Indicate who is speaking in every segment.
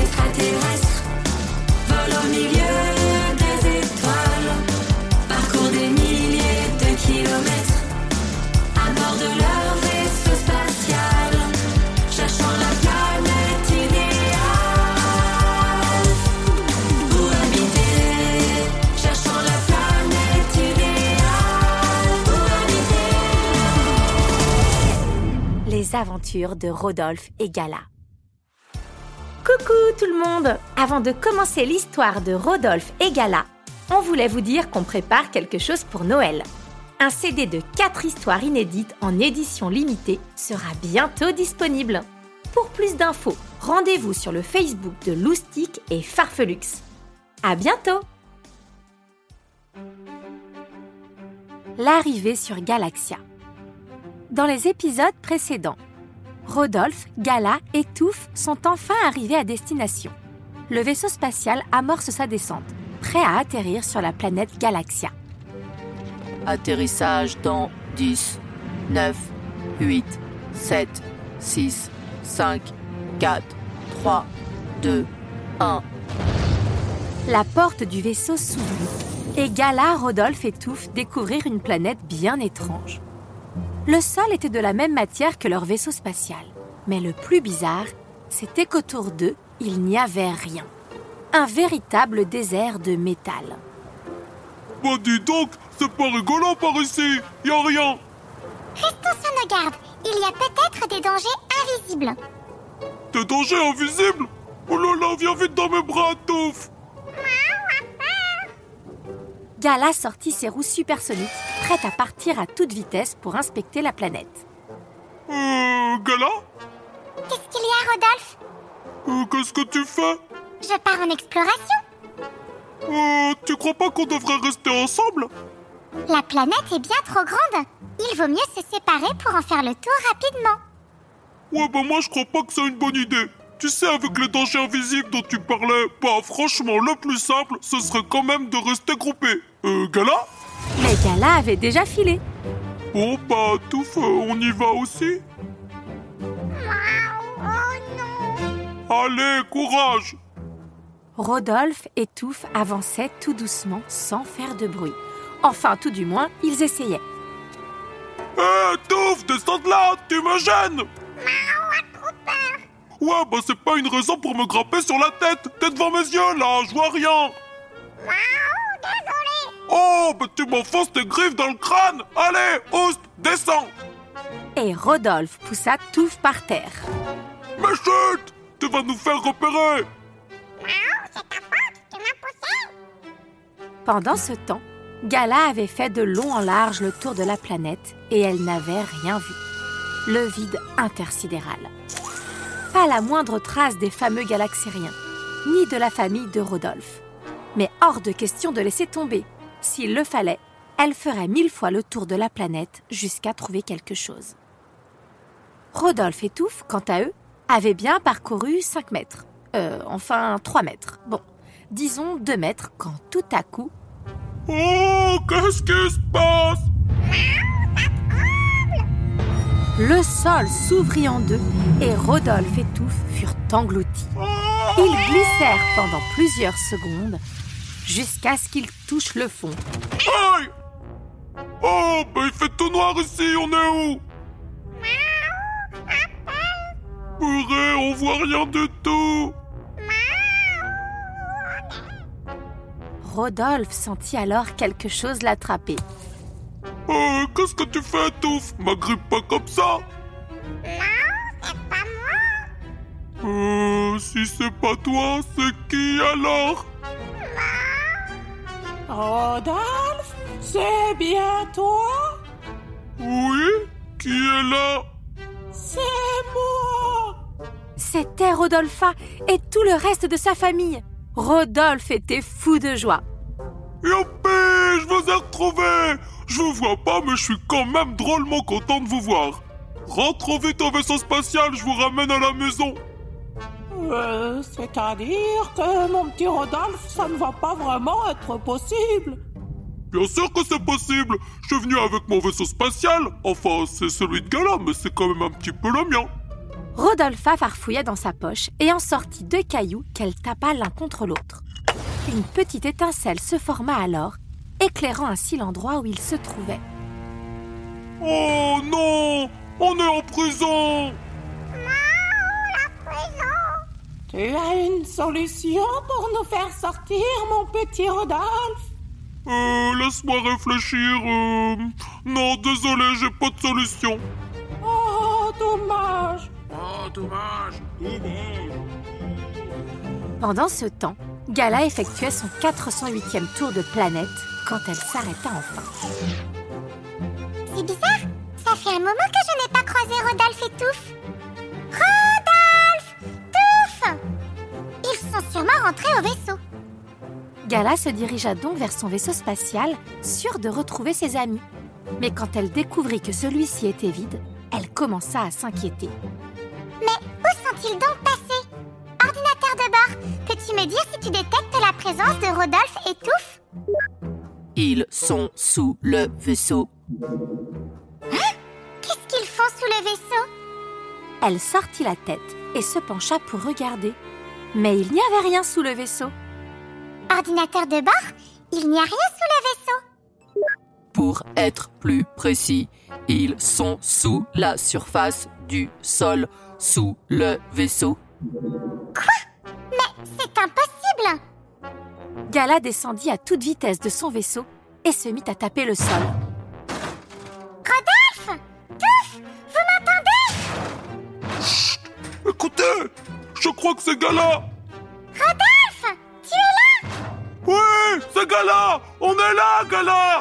Speaker 1: extraterrestres, vol au milieu des étoiles, parcours des milliers de kilomètres, à bord de leur vaisseau spatial, cherchant la planète idéale. Pour habiter, cherchant la planète idéale, pour habiter.
Speaker 2: Les aventures de Rodolphe et Gala. Coucou tout le monde Avant de commencer l'histoire de Rodolphe et Gala, on voulait vous dire qu'on prépare quelque chose pour Noël. Un CD de 4 histoires inédites en édition limitée sera bientôt disponible. Pour plus d'infos, rendez-vous sur le Facebook de Loustic et Farfelux. À bientôt L'arrivée sur Galaxia. Dans les épisodes précédents, Rodolphe, Gala et Touffe sont enfin arrivés à destination. Le vaisseau spatial amorce sa descente, prêt à atterrir sur la planète Galaxia.
Speaker 3: Atterrissage dans 10, 9, 8, 7, 6, 5, 4, 3, 2, 1.
Speaker 2: La porte du vaisseau s'ouvre et Gala, Rodolphe et Touffe découvrirent une planète bien étrange. Le sol était de la même matière que leur vaisseau spatial. Mais le plus bizarre, c'était qu'autour d'eux, il n'y avait rien. Un véritable désert de métal.
Speaker 4: Bon, dis donc, c'est pas rigolo par ici, y a rien.
Speaker 5: Restons sur nos gardes. Il y a peut-être des dangers invisibles.
Speaker 4: Des dangers invisibles Oh là là, viens vite dans mes bras, Touf
Speaker 2: Gala sortit ses roues supersoniques, prête à partir à toute vitesse pour inspecter la planète.
Speaker 4: Euh, Gala
Speaker 5: Qu'est-ce qu'il y a, Rodolphe
Speaker 4: Euh, Qu'est-ce que tu fais
Speaker 5: Je pars en exploration.
Speaker 4: Euh, Tu crois pas qu'on devrait rester ensemble
Speaker 5: La planète est bien trop grande. Il vaut mieux se séparer pour en faire le tour rapidement.
Speaker 4: Ouais, bah moi je crois pas que c'est une bonne idée. Tu sais, avec les dangers invisibles dont tu parlais, bah franchement, le plus simple, ce serait quand même de rester groupés. Euh, Gala
Speaker 2: Mais Gala avait déjà filé.
Speaker 4: Bon, bah, Touf, euh, on y va aussi Allez, courage
Speaker 2: Rodolphe et Touffe avançaient tout doucement sans faire de bruit. Enfin, tout du moins, ils essayaient.
Speaker 4: Hé, Touf, descends Euh, de là, tu me gênes Ouais, bah c'est pas une raison pour me grimper sur la tête T'es devant mes yeux, là, je vois rien Oh, bah tu m'enfonces tes griffes dans le crâne Allez, Oust, descends
Speaker 2: Et Rodolphe poussa Touffe par terre.
Speaker 4: Mais chut Tu vas nous faire repérer
Speaker 2: Pendant ce temps, Gala avait fait de long en large le tour de la planète et elle n'avait rien vu. Le vide intersidéral. Pas la moindre trace des fameux galaxériens, ni de la famille de Rodolphe. Mais hors de question de laisser tomber. S'il le fallait, elle ferait mille fois le tour de la planète jusqu'à trouver quelque chose. Rodolphe et Touffe, quant à eux, avaient bien parcouru 5 mètres. Euh, enfin 3 mètres. Bon, disons 2 mètres quand tout à coup,
Speaker 4: Oh, qu'est-ce qui se passe
Speaker 2: le sol s'ouvrit en deux et Rodolphe et Touffe furent engloutis. Ils glissèrent pendant plusieurs secondes jusqu'à ce qu'ils touchent le fond.
Speaker 4: Aïe Oh, bah il fait tout noir ici, on est où Purée, on voit rien du tout
Speaker 2: Rodolphe sentit alors quelque chose l'attraper.
Speaker 4: Euh, qu'est-ce que tu fais, Touf M'agrippe pas comme ça Euh, que si c'est pas toi, c'est qui alors
Speaker 6: Rodolphe, c'est bien toi
Speaker 4: Oui Qui est là
Speaker 6: C'est moi
Speaker 2: C'était Rodolpha et tout le reste de sa famille. Rodolphe était fou de joie.
Speaker 4: Youpi Je vous ai retrouvé Je vous vois pas, mais je suis quand même drôlement content de vous voir. Rentre vite au vaisseau spatial, je vous ramène à la maison.
Speaker 6: Euh, C'est-à-dire que mon petit Rodolphe, ça ne va pas vraiment être possible.
Speaker 4: Bien sûr que c'est possible. Je suis venu avec mon vaisseau spatial. Enfin, c'est celui de Gala, mais c'est quand même un petit peu le mien.
Speaker 2: Rodolpha farfouilla dans sa poche et en sortit deux cailloux qu'elle tapa l'un contre l'autre. Une petite étincelle se forma alors, éclairant ainsi l'endroit où il se trouvait.
Speaker 4: Oh non On est en prison
Speaker 6: Tu as une solution pour nous faire sortir, mon petit Rodolphe
Speaker 4: Euh, laisse-moi réfléchir. euh. Non, désolé, j'ai pas de solution.
Speaker 6: Oh, dommage
Speaker 2: Pendant ce temps, Gala effectuait son 408e tour de planète quand elle s'arrêta enfin.
Speaker 5: C'est bizarre, ça fait un moment que je n'ai pas croisé Rodolphe et Touffe. Rodolphe Touffe Ils sont sûrement rentrés au vaisseau.
Speaker 2: Gala se dirigea donc vers son vaisseau spatial, sûre de retrouver ses amis. Mais quand elle découvrit que celui-ci était vide, elle commença à s'inquiéter.
Speaker 5: Mais où sont-ils donc passés Ordinateur de bord, peux-tu me dire si tu détectes la présence de Rodolphe et Touffe
Speaker 3: Ils sont sous le vaisseau.
Speaker 5: Qu'est-ce qu'ils font sous le vaisseau
Speaker 2: Elle sortit la tête et se pencha pour regarder. Mais il n'y avait rien sous le vaisseau.
Speaker 5: Ordinateur de bord, il n'y a rien sous le vaisseau.
Speaker 3: Pour être plus précis, ils sont sous la surface du sol, sous le vaisseau.
Speaker 5: Mais c'est impossible
Speaker 2: Gala descendit à toute vitesse de son vaisseau et se mit à taper le sol.
Speaker 5: Rodolphe Touffe Vous m'entendez
Speaker 4: Écoutez Je crois que c'est Gala
Speaker 5: Rodolphe Tu es là
Speaker 4: Oui C'est Gala On est là, Gala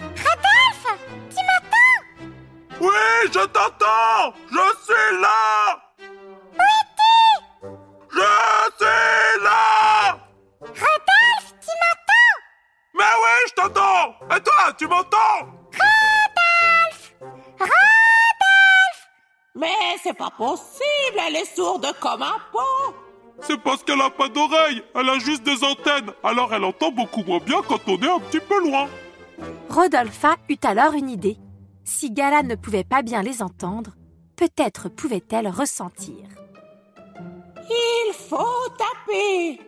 Speaker 5: Rodolphe Tu m'entends
Speaker 4: Oui, je t'entends Je suis là Où es-tu Je suis là
Speaker 5: Rodolphe Tu m'entends
Speaker 4: Mais oui, je t'entends Et toi, tu m'entends
Speaker 6: Mais c'est pas possible, elle est sourde comme un pot
Speaker 4: C'est parce qu'elle a pas d'oreille, elle a juste des antennes, alors elle entend beaucoup moins bien quand on est un petit peu loin.
Speaker 2: Rodolpha eut alors une idée. Si Gala ne pouvait pas bien les entendre, peut-être pouvait-elle ressentir.
Speaker 6: Il faut taper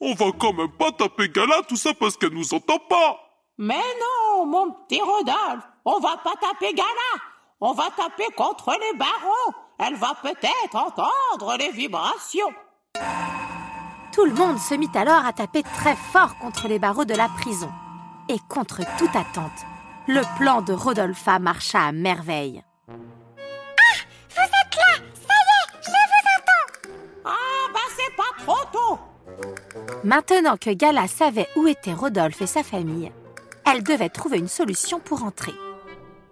Speaker 4: On va quand même pas taper Gala, tout ça parce qu'elle nous entend pas.
Speaker 6: Mais non, mon petit Rodolphe, on va pas taper Gala On va taper contre les barreaux Elle va peut-être entendre les vibrations
Speaker 2: Tout le monde se mit alors à taper très fort contre les barreaux de la prison. Et contre toute attente, le plan de Rodolpha marcha à merveille.
Speaker 5: Vous êtes là Ça y est Je vous entends
Speaker 6: Ah, bah c'est pas trop tôt
Speaker 2: Maintenant que Gala savait où étaient Rodolphe et sa famille, elle devait trouver une solution pour entrer.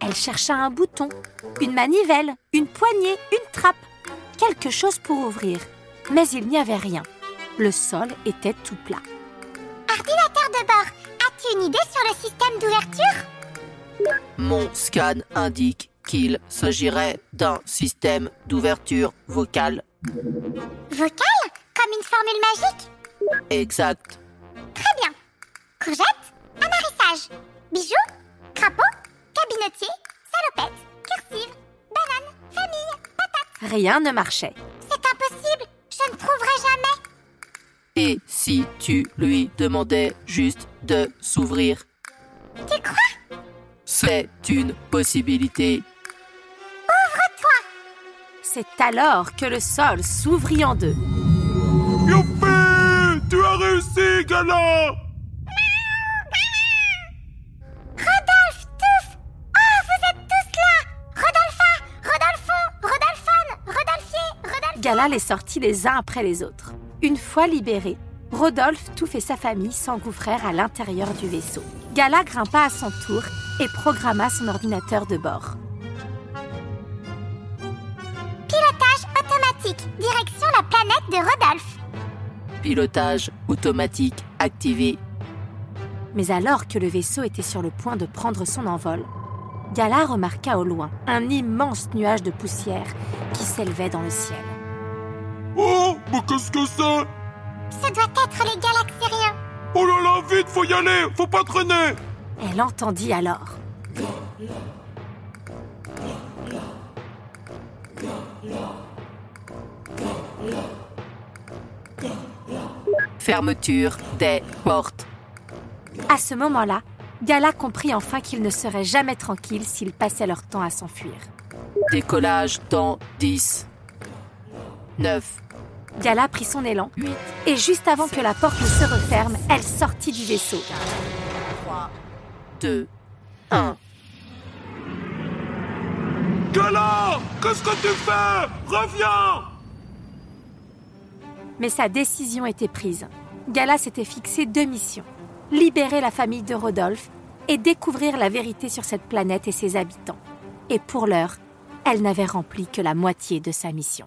Speaker 2: Elle chercha un bouton, une manivelle, une poignée, une trappe, quelque chose pour ouvrir. Mais il n'y avait rien. Le sol était tout plat.
Speaker 5: Ordinateur de bord, as-tu une idée sur le système d'ouverture
Speaker 3: Mon scan indique qu'il s'agirait d'un système d'ouverture vocale.
Speaker 5: Vocale Comme une formule magique
Speaker 3: Exact.
Speaker 5: Très bien Courgette, amarissage Bijoux, crapaud, cabinotier, salopette, cursive, banane, famille, patate
Speaker 2: Rien ne marchait.
Speaker 5: C'est impossible Je ne trouverai jamais
Speaker 3: Et si tu lui demandais juste de s'ouvrir
Speaker 5: Tu crois
Speaker 3: C'est une possibilité.
Speaker 2: C'est alors que le sol s'ouvrit en deux.
Speaker 4: Youpi Tu as réussi, Gala
Speaker 5: Rodolphe, Touffe Oh, vous êtes tous là Rodolpha, Rodolphon, Rodolphone, Rodolphier, Rodolphe...
Speaker 2: Gala les sortit les uns après les autres. Une fois libérés, Rodolphe, Touffe et sa famille s'engouffrèrent à l'intérieur du vaisseau. Gala grimpa à son tour et programma son ordinateur de bord.
Speaker 5: Pilotage automatique, direction la planète de Rodolphe.
Speaker 3: Pilotage automatique activé.
Speaker 2: Mais alors que le vaisseau était sur le point de prendre son envol, Gala remarqua au loin un immense nuage de poussière qui s'élevait dans le ciel.
Speaker 4: Oh, mais qu'est-ce que c'est
Speaker 5: Ce doit être les galaxériens.
Speaker 4: Oh là là, vite, faut y aller, faut pas traîner
Speaker 2: Elle entendit alors.
Speaker 3: Fermeture des portes.
Speaker 2: À ce moment-là, Gala comprit enfin qu'ils ne seraient jamais tranquilles s'ils passaient leur temps à s'enfuir.
Speaker 3: Décollage dans 10, 9,
Speaker 2: Gala prit son élan
Speaker 3: 8,
Speaker 2: et juste avant que la porte ne se referme, elle sortit du vaisseau.
Speaker 3: 3, 2, 1.
Speaker 4: Gala Qu'est-ce que tu fais Reviens
Speaker 2: Mais sa décision était prise. Gala s'était fixé deux missions. Libérer la famille de Rodolphe et découvrir la vérité sur cette planète et ses habitants. Et pour l'heure, elle n'avait rempli que la moitié de sa mission.